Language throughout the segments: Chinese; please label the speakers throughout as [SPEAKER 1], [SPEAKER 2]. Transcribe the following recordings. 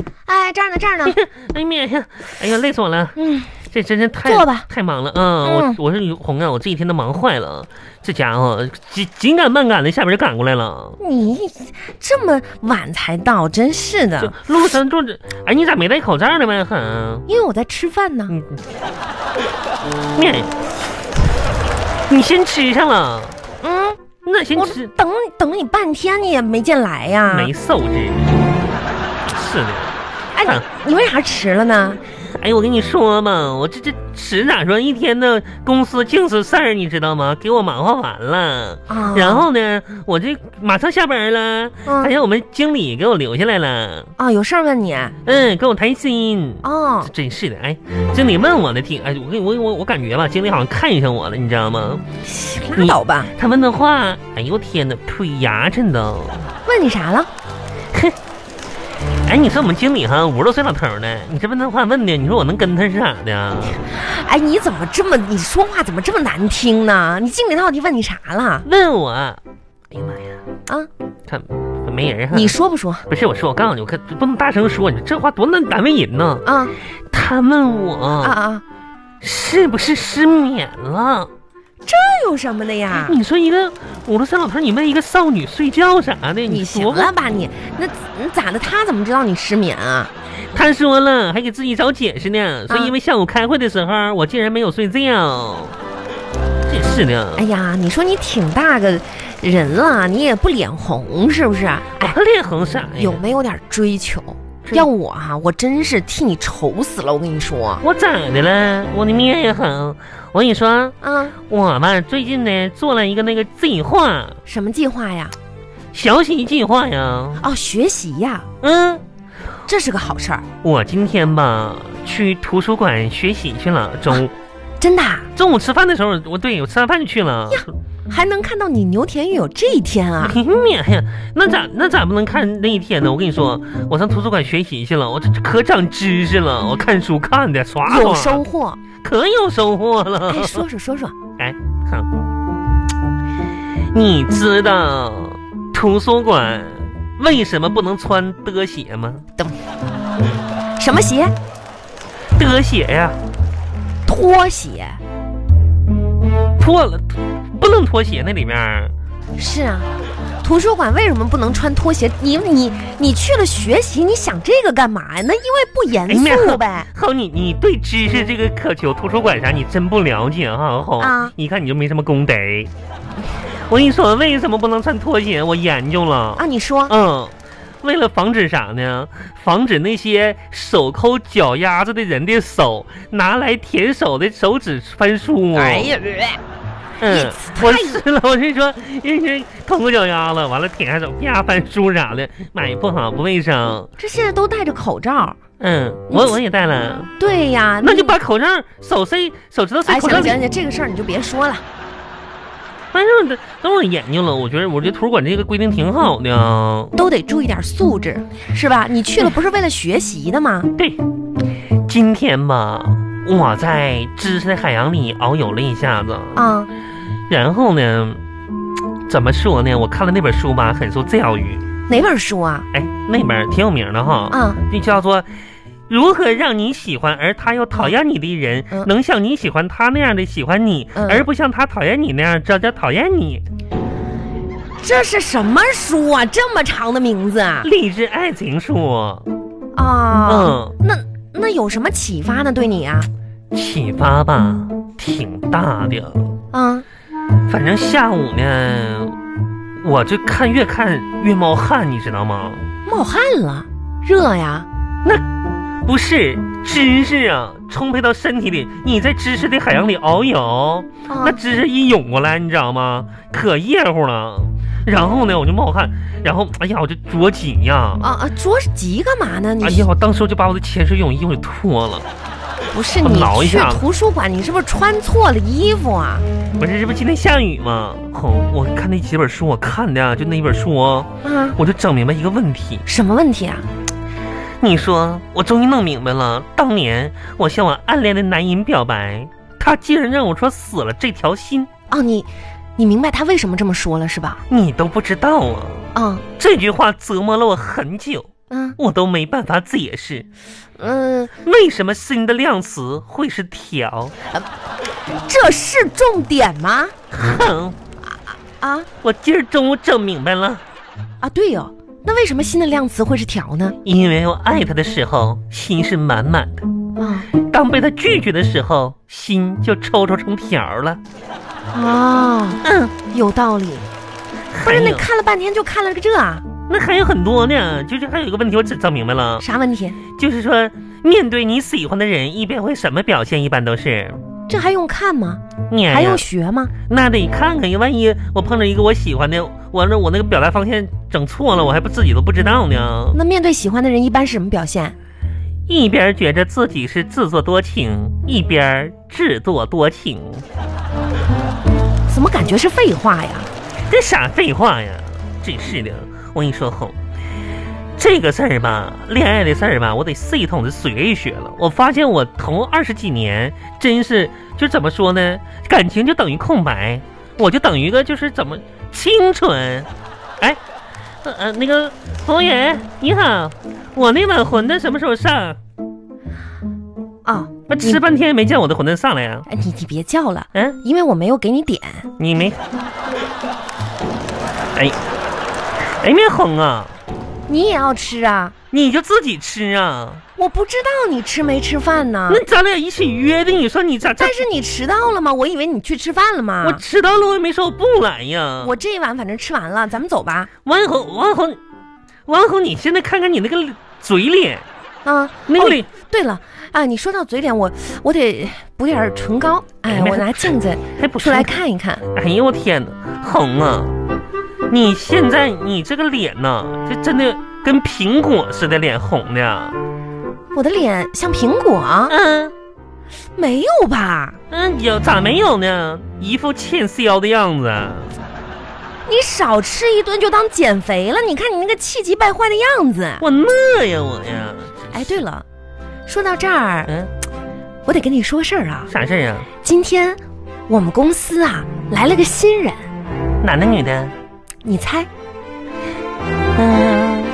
[SPEAKER 1] 儿呢，这儿呢。
[SPEAKER 2] 哎呀妈呀，哎呀，累死我了！
[SPEAKER 1] 嗯，
[SPEAKER 2] 这真是太
[SPEAKER 1] 坐吧
[SPEAKER 2] 太忙了啊！
[SPEAKER 1] 嗯
[SPEAKER 2] 我我是红啊，我这一天都忙坏了，啊这家伙紧紧赶慢赶的，一下边就赶过来了。啊
[SPEAKER 1] 你这么晚才到，真是啊的
[SPEAKER 2] 这。路上坐着，哎，你咋没戴口罩呢？呗，哼，
[SPEAKER 1] 因为我在吃饭呢。
[SPEAKER 2] 嗯，面，你先吃上了，
[SPEAKER 1] 嗯，
[SPEAKER 2] 你咋先
[SPEAKER 1] 我嗯
[SPEAKER 2] 吃？
[SPEAKER 1] 等等你半天，你也没见来呀、
[SPEAKER 2] 没素质，是的。
[SPEAKER 1] 哎，你为啥迟了呢？
[SPEAKER 2] 哎，我跟你说嘛，我这这迟咋说？一天的公司净是事儿，你知道吗？给我忙活完了。
[SPEAKER 1] 啊，
[SPEAKER 2] 然后哎呢，我这马上下班了，
[SPEAKER 1] 嗯
[SPEAKER 2] 还有我们经理给我留下来了，
[SPEAKER 1] 啊，有事儿问你。
[SPEAKER 2] 嗯，跟我谈心。
[SPEAKER 1] 哦，
[SPEAKER 2] 真是的，哎，经理问我的挺，哎，我跟我我我感觉吧，经理好像看上我了，你知道吗？
[SPEAKER 1] 拉倒吧。
[SPEAKER 2] 他问的话，哎呦天哪，腿牙碜都。
[SPEAKER 1] 问你啥了？
[SPEAKER 2] 哎，你说我们经理哈，五十多岁老头儿呢，你这问他话问的，你说我能跟他是咋的？
[SPEAKER 1] 哎，你怎么这么？你说话怎么这么难听呢？你经理到底问你啥了？
[SPEAKER 2] 问我，哎呀妈呀，
[SPEAKER 1] 啊，
[SPEAKER 2] 看没人哈。
[SPEAKER 1] 你说不说？
[SPEAKER 2] 不是我说，我告诉你，我可不能大声说，你这话多难难为人呢。
[SPEAKER 1] 啊
[SPEAKER 2] 他问我
[SPEAKER 1] 啊啊！
[SPEAKER 2] 是不是失眠了？哎
[SPEAKER 1] 这哎有什么的呀？
[SPEAKER 2] 你说一个五六岁老头儿，你问一个少女睡觉啥的，
[SPEAKER 1] 你行
[SPEAKER 2] 多不？
[SPEAKER 1] 了吧你？那那咋的？他怎么知道你失眠啊？
[SPEAKER 2] 他说了，还给自己找解释呢，说
[SPEAKER 1] 啊
[SPEAKER 2] 因为下午开会的时候，啊我竟然没有睡觉。真是的
[SPEAKER 1] 哎，呀，你说你挺大个人了，你也不脸红是不是？哎，
[SPEAKER 2] 我脸红啥呀？
[SPEAKER 1] 有没有点追求？
[SPEAKER 2] 追
[SPEAKER 1] 要我哈、我真是替你愁死了。我跟你说
[SPEAKER 2] 我咋的了？我的面也红。我跟你说，
[SPEAKER 1] 啊，
[SPEAKER 2] 我吧最近呢做了一个那个计划，
[SPEAKER 1] 什么计划呀？
[SPEAKER 2] 学习计划呀。
[SPEAKER 1] 哦，学习呀，
[SPEAKER 2] 嗯，
[SPEAKER 1] 这是个好事儿，
[SPEAKER 2] 我今天吧去图书馆学习去了，中午、
[SPEAKER 1] 真的啊、
[SPEAKER 2] 中午吃饭的时候，我对我吃完饭就去了。
[SPEAKER 1] 还能看到你牛田玉有这一天 啊！
[SPEAKER 2] 哎呀妈呀，那咋那咋不能看那一天呢？我跟你说，我上图书馆学习去了，我这可长知识了，我看书看的刷刷，
[SPEAKER 1] 有收获，
[SPEAKER 2] 可有收获了。
[SPEAKER 1] 哎，说说说说，
[SPEAKER 2] 哎，哼，你知道图书馆为什么不能穿的鞋吗？
[SPEAKER 1] 什么鞋？
[SPEAKER 2] 的鞋呀、
[SPEAKER 1] 拖鞋
[SPEAKER 2] 脱了不能脱鞋那里面儿。
[SPEAKER 1] 是啊。图书馆为什么不能穿拖鞋？你你你去了学习，你想这个干嘛呀？那因为不严肃呗。
[SPEAKER 2] 后你你对知识这个渴求，图书馆啥你真不了解哈、后
[SPEAKER 1] 啊
[SPEAKER 2] 一看你就没什么功德。我跟你说，为什么不能穿拖鞋？我研究了，
[SPEAKER 1] 啊，你说
[SPEAKER 2] 嗯，为了防止啥呢？防止那些手抠脚丫子的人的手拿来舔手的手指翻书。
[SPEAKER 1] 哎呀，
[SPEAKER 2] 嗯
[SPEAKER 1] 你，
[SPEAKER 2] 我
[SPEAKER 1] 太
[SPEAKER 2] 是了，我是说，人家抠抠脚丫子，完了舔下手，啪翻书啥的，买不好不卫生。
[SPEAKER 1] 这现在都戴着口罩。
[SPEAKER 2] 嗯，我我也带了。
[SPEAKER 1] 对呀，
[SPEAKER 2] 那就
[SPEAKER 1] 你
[SPEAKER 2] 把口罩手塞手指头塞
[SPEAKER 1] 啊哎，
[SPEAKER 2] 口
[SPEAKER 1] 行
[SPEAKER 2] 罩
[SPEAKER 1] 了
[SPEAKER 2] 里
[SPEAKER 1] 行。了，行这个事儿你就别说了。
[SPEAKER 2] 反正等等我研究了，我觉得我觉得图书馆这个规定挺好的啊。
[SPEAKER 1] 都得注意点素质，是吧？你去了不是为了学习的吗？
[SPEAKER 2] 对，今天吧，我在知识的海洋里遨游了一下子，
[SPEAKER 1] 啊，
[SPEAKER 2] 然后呢，怎么说呢？我看了那本书吧，很受教育。
[SPEAKER 1] 哪本书啊？
[SPEAKER 2] 哎，那本挺有名的哈，
[SPEAKER 1] 啊，
[SPEAKER 2] 那叫做。如何让你喜欢而他又讨厌你的人，
[SPEAKER 1] 嗯
[SPEAKER 2] 能像你喜欢他那样的喜欢你，
[SPEAKER 1] 嗯
[SPEAKER 2] 而不像他讨厌你那样叫叫讨厌你？
[SPEAKER 1] 这是什么书啊？这么长的名字啊？
[SPEAKER 2] 励志爱情书，
[SPEAKER 1] 啊，
[SPEAKER 2] 嗯，
[SPEAKER 1] 那那有什么启发呢？对你啊？
[SPEAKER 2] 启发吧，挺大的。
[SPEAKER 1] 啊，
[SPEAKER 2] 反正下午呢，我就看越看越冒汗，你知道吗？
[SPEAKER 1] 冒汗了，热呀！
[SPEAKER 2] 不是知识啊，充沛到身体里，你在知识的海洋里遨游，
[SPEAKER 1] 啊
[SPEAKER 2] 那，知识一涌过来，你知道吗？可热乎了。然后呢，我就冒汗，然后哎呀，我就着急呀。
[SPEAKER 1] 啊啊，着急干嘛呢？你
[SPEAKER 2] 哎呀，我当时我就把我的潜水泳衣我就脱了，
[SPEAKER 1] 不是
[SPEAKER 2] 我
[SPEAKER 1] 你
[SPEAKER 2] 挠一
[SPEAKER 1] 去
[SPEAKER 2] 下子
[SPEAKER 1] 图书馆，你是不是穿错了衣服啊？
[SPEAKER 2] 不是这不今天下雨吗？哼，我看那几本书，我看的啊就那一本书哦，
[SPEAKER 1] 啊，
[SPEAKER 2] 我就整明白一个问题，
[SPEAKER 1] 什么问题啊？
[SPEAKER 2] 你说，我终于弄明白了，当年我向我暗恋的男人表白，他竟然让我说死了这条心，
[SPEAKER 1] 哦，你你明白他为什么这么说了是吧？
[SPEAKER 2] 你都不知道啊！
[SPEAKER 1] 啊，
[SPEAKER 2] 这句话折磨了我很久，
[SPEAKER 1] 嗯
[SPEAKER 2] 我都没办法解释，
[SPEAKER 1] 嗯，
[SPEAKER 2] 为什么新的量词会是条？
[SPEAKER 1] 这是重点吗？
[SPEAKER 2] 哼，
[SPEAKER 1] 啊
[SPEAKER 2] 我今儿中午整明白了，
[SPEAKER 1] 啊，对哟、那为什么新的量词会是条呢？
[SPEAKER 2] 因为我爱他的时候心是满满的，
[SPEAKER 1] 啊
[SPEAKER 2] 当被他拒绝的时候，心就抽抽成条了。
[SPEAKER 1] 啊，
[SPEAKER 2] 嗯，
[SPEAKER 1] 有道理。不是，
[SPEAKER 2] 还
[SPEAKER 1] 那
[SPEAKER 2] 有
[SPEAKER 1] 看了半天就看了个这啊，
[SPEAKER 2] 那还有很多呢，就是还有一个问题我整整明白了，
[SPEAKER 1] 啥问题？
[SPEAKER 2] 就是说面对你喜欢的人，一般会什么表现？一般都是，
[SPEAKER 1] 这还用看吗？
[SPEAKER 2] 哎呀
[SPEAKER 1] 还用学吗？
[SPEAKER 2] 那得看看呀，万一我碰着一个我喜欢的，完了我那个表达方向整错了，我还不自己都不知道呢。
[SPEAKER 1] 那面对喜欢的人一般是什么表现？
[SPEAKER 2] 一边觉着自己是自作多情，一边自作多情，
[SPEAKER 1] 怎么感觉是废话呀？
[SPEAKER 2] 这啥废话呀！真是的，我跟你说吼，这个事儿吧，恋爱的事儿吧，我得系统的学一学了。我发现我头二十几年真是就怎么说呢，感情就等于空白，我就等于一个就是怎么清纯。哎，呃呃，那个服务员你好，我那碗馄饨什么时候上？
[SPEAKER 1] 啊，
[SPEAKER 2] 我吃半天也没见我的馄饨上来呀、
[SPEAKER 1] 哎你你别叫了，
[SPEAKER 2] 嗯。
[SPEAKER 1] 因为我没有给你点。
[SPEAKER 2] 你没？哎，哎，面红啊！
[SPEAKER 1] 你也要吃啊？
[SPEAKER 2] 你就自己吃啊！
[SPEAKER 1] 我不知道你吃没吃饭呢。
[SPEAKER 2] 那咱俩一起约的，你说你咋？咋
[SPEAKER 1] 啊但是你迟到了吗？我以为你去吃饭了吗？
[SPEAKER 2] 我迟到了，我也没说我不来呀。
[SPEAKER 1] 我这一碗反正吃完了，咱们走吧。
[SPEAKER 2] 王红，王红，王红，你现在看看你那个嘴脸，
[SPEAKER 1] 啊，
[SPEAKER 2] 那个
[SPEAKER 1] 哦
[SPEAKER 2] 脸，
[SPEAKER 1] 对了啊，你说到嘴脸，我我得补点儿唇膏。哎，我拿镜子
[SPEAKER 2] 还呃不
[SPEAKER 1] 出来
[SPEAKER 2] 是？
[SPEAKER 1] 看一看。
[SPEAKER 2] 哎呦我天哪，红啊！你现在你这个脸呐，这真的跟苹果似的，脸红
[SPEAKER 1] 啊
[SPEAKER 2] 的。
[SPEAKER 1] 我的脸像苹果？
[SPEAKER 2] 嗯
[SPEAKER 1] 没有吧？
[SPEAKER 2] 嗯，有咋没有呢？一副欠削的样子。
[SPEAKER 1] 你少吃一顿就当减肥了？你看你那个气急败坏的样子。
[SPEAKER 2] 我饿呀，我呀。
[SPEAKER 1] 哎，对了，说到这儿，
[SPEAKER 2] 嗯，
[SPEAKER 1] 我得跟你说事儿啊。
[SPEAKER 2] 啥事儿啊？
[SPEAKER 1] 今天我们公司啊来了个新人，
[SPEAKER 2] 男的女的？
[SPEAKER 1] 你猜？
[SPEAKER 2] 嗯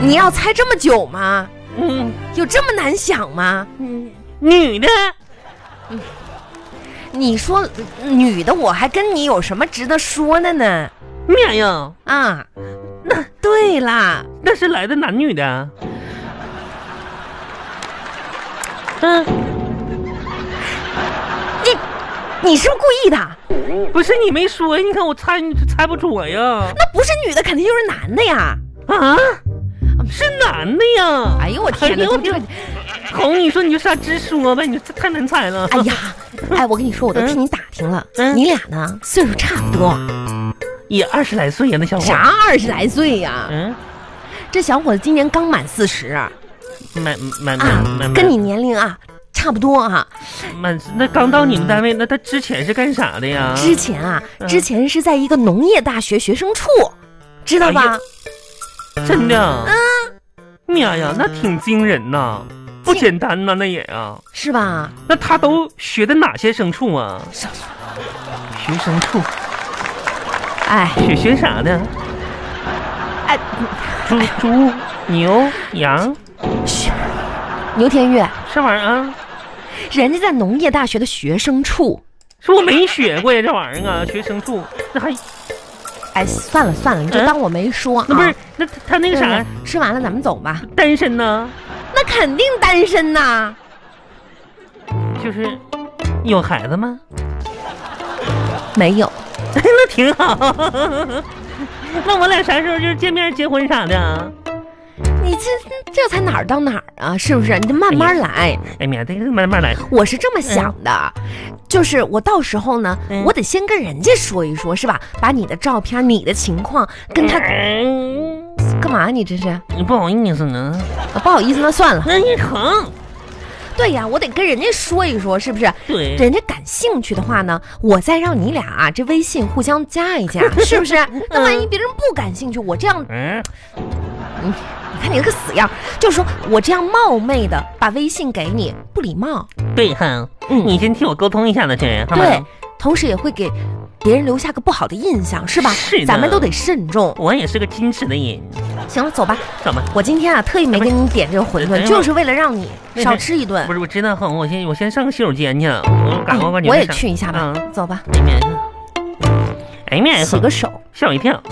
[SPEAKER 1] 你要猜这么久吗？
[SPEAKER 2] 嗯
[SPEAKER 1] 有这么难想吗？
[SPEAKER 2] 嗯，女的。
[SPEAKER 1] 你说呃女的，我还跟你有什么值得说的呢？
[SPEAKER 2] 面呀，
[SPEAKER 1] 啊，那对啦，
[SPEAKER 2] 那是来的男女的。嗯，
[SPEAKER 1] 你是不是故意的？
[SPEAKER 2] 不是你没说呀？你看我猜你猜不准呀。
[SPEAKER 1] 那不是女的，肯定就是男的呀！
[SPEAKER 2] 啊，是男的呀。
[SPEAKER 1] 哎呦我天哪，
[SPEAKER 2] 哎呦
[SPEAKER 1] 怎么这个
[SPEAKER 2] 红，你说你就啥直说呗，你这太难猜了。
[SPEAKER 1] 哎呀，哎，我跟你说，我都替你打听了，
[SPEAKER 2] 嗯
[SPEAKER 1] 你俩呢岁数差不多，
[SPEAKER 2] 也二十来岁呀，那小伙。
[SPEAKER 1] 啥？二十来岁呀？
[SPEAKER 2] 嗯，
[SPEAKER 1] 这小伙子今年刚满四十啊，
[SPEAKER 2] 满满满满，
[SPEAKER 1] 跟你年龄啊差不多啊。
[SPEAKER 2] 满那刚到你们单位，那他之前是干啥的呀？
[SPEAKER 1] 之前啊，
[SPEAKER 2] 嗯
[SPEAKER 1] 之前是在一个农业大学学生处，知道
[SPEAKER 2] 哎
[SPEAKER 1] 吧
[SPEAKER 2] 呀？真的？嗯。妈呀，那挺惊人呐，不
[SPEAKER 1] 惊
[SPEAKER 2] 简单呐，那也啊。
[SPEAKER 1] 是吧？
[SPEAKER 2] 那他都学的哪些牲畜啊？学牲畜，
[SPEAKER 1] 哎
[SPEAKER 2] 学学啥呢？
[SPEAKER 1] 哎，
[SPEAKER 2] 猪、猪、牛、羊，
[SPEAKER 1] 嘘，牛天月，
[SPEAKER 2] 这玩意儿啊，
[SPEAKER 1] 人家在农业大学的学生处。
[SPEAKER 2] 说我没学过呀，这玩意儿啊，学牲畜，那还
[SPEAKER 1] 哎，算了算了，你就
[SPEAKER 2] 嗯
[SPEAKER 1] 当我没说啊。
[SPEAKER 2] 那
[SPEAKER 1] 嗯
[SPEAKER 2] 不是那他他那个
[SPEAKER 1] 对
[SPEAKER 2] 啥
[SPEAKER 1] 对吃完了咱们走吧。
[SPEAKER 2] 单身呢？
[SPEAKER 1] 那肯定单身呐。
[SPEAKER 2] 就是有孩子吗？
[SPEAKER 1] 没有，
[SPEAKER 2] 那挺好。那我俩啥时候就是见面结婚啥的啊？
[SPEAKER 1] 你这这才哪儿到哪儿啊？是不是？你就慢慢来。
[SPEAKER 2] 嗯哎呀，这个慢慢来。
[SPEAKER 1] 我是这么想的，就是我到时候呢，
[SPEAKER 2] 嗯
[SPEAKER 1] 我得先跟人家说一说，是吧？把你的照片、你的情况跟他
[SPEAKER 2] 嗯，
[SPEAKER 1] 干嘛？你这是、啊
[SPEAKER 2] 不好意思呢。
[SPEAKER 1] 不好意思，那算了。
[SPEAKER 2] 那你疼。
[SPEAKER 1] 对呀，我得跟人家说一说，是不是？
[SPEAKER 2] 对，
[SPEAKER 1] 人家感兴趣的话呢，我再让你俩、啊、这微信互相加一加，是不是？那万一别人不感兴趣，我这样，
[SPEAKER 2] 嗯，
[SPEAKER 1] 你看你那个死样，就是说我这样冒昧的把微信给你，不礼貌。
[SPEAKER 2] 对哈，
[SPEAKER 1] 嗯
[SPEAKER 2] 你先替我沟通一下子去，好吗？
[SPEAKER 1] 对，同时也会给别人留下个不好的印象，是吧？
[SPEAKER 2] 是的
[SPEAKER 1] 咱们都得慎重。
[SPEAKER 2] 我也是个矜持的人，
[SPEAKER 1] 行了，走吧。
[SPEAKER 2] 怎么？
[SPEAKER 1] 我今天啊，特意没
[SPEAKER 2] 哎
[SPEAKER 1] 给你点这个
[SPEAKER 2] 等一
[SPEAKER 1] 馄饨，
[SPEAKER 2] 会儿
[SPEAKER 1] 就是为了让你
[SPEAKER 2] 那
[SPEAKER 1] 少
[SPEAKER 2] 是
[SPEAKER 1] 吃一顿
[SPEAKER 2] 不。是，我知道哼，我先我先上个洗手间去，我赶快把你
[SPEAKER 1] 嗯我
[SPEAKER 2] 们
[SPEAKER 1] 也
[SPEAKER 2] 上
[SPEAKER 1] 去一下吧
[SPEAKER 2] 嗯，
[SPEAKER 1] 走吧，
[SPEAKER 2] 哎呀妈呀哎呀妈呀，
[SPEAKER 1] 洗个手
[SPEAKER 2] 吓我一跳！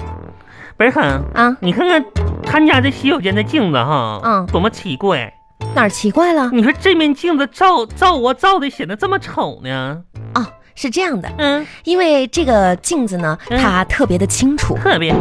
[SPEAKER 2] 不是哼，
[SPEAKER 1] 啊。
[SPEAKER 2] 你看看他家这洗手间的镜子哈，
[SPEAKER 1] 嗯
[SPEAKER 2] 多么奇怪！
[SPEAKER 1] 哪儿奇怪了？
[SPEAKER 2] 你说这面镜子照照我照的显得这么丑呢？
[SPEAKER 1] 啊、是这样的，
[SPEAKER 2] 嗯，
[SPEAKER 1] 因为这个镜子呢，
[SPEAKER 2] 嗯
[SPEAKER 1] 它特别的清楚。
[SPEAKER 2] 特别。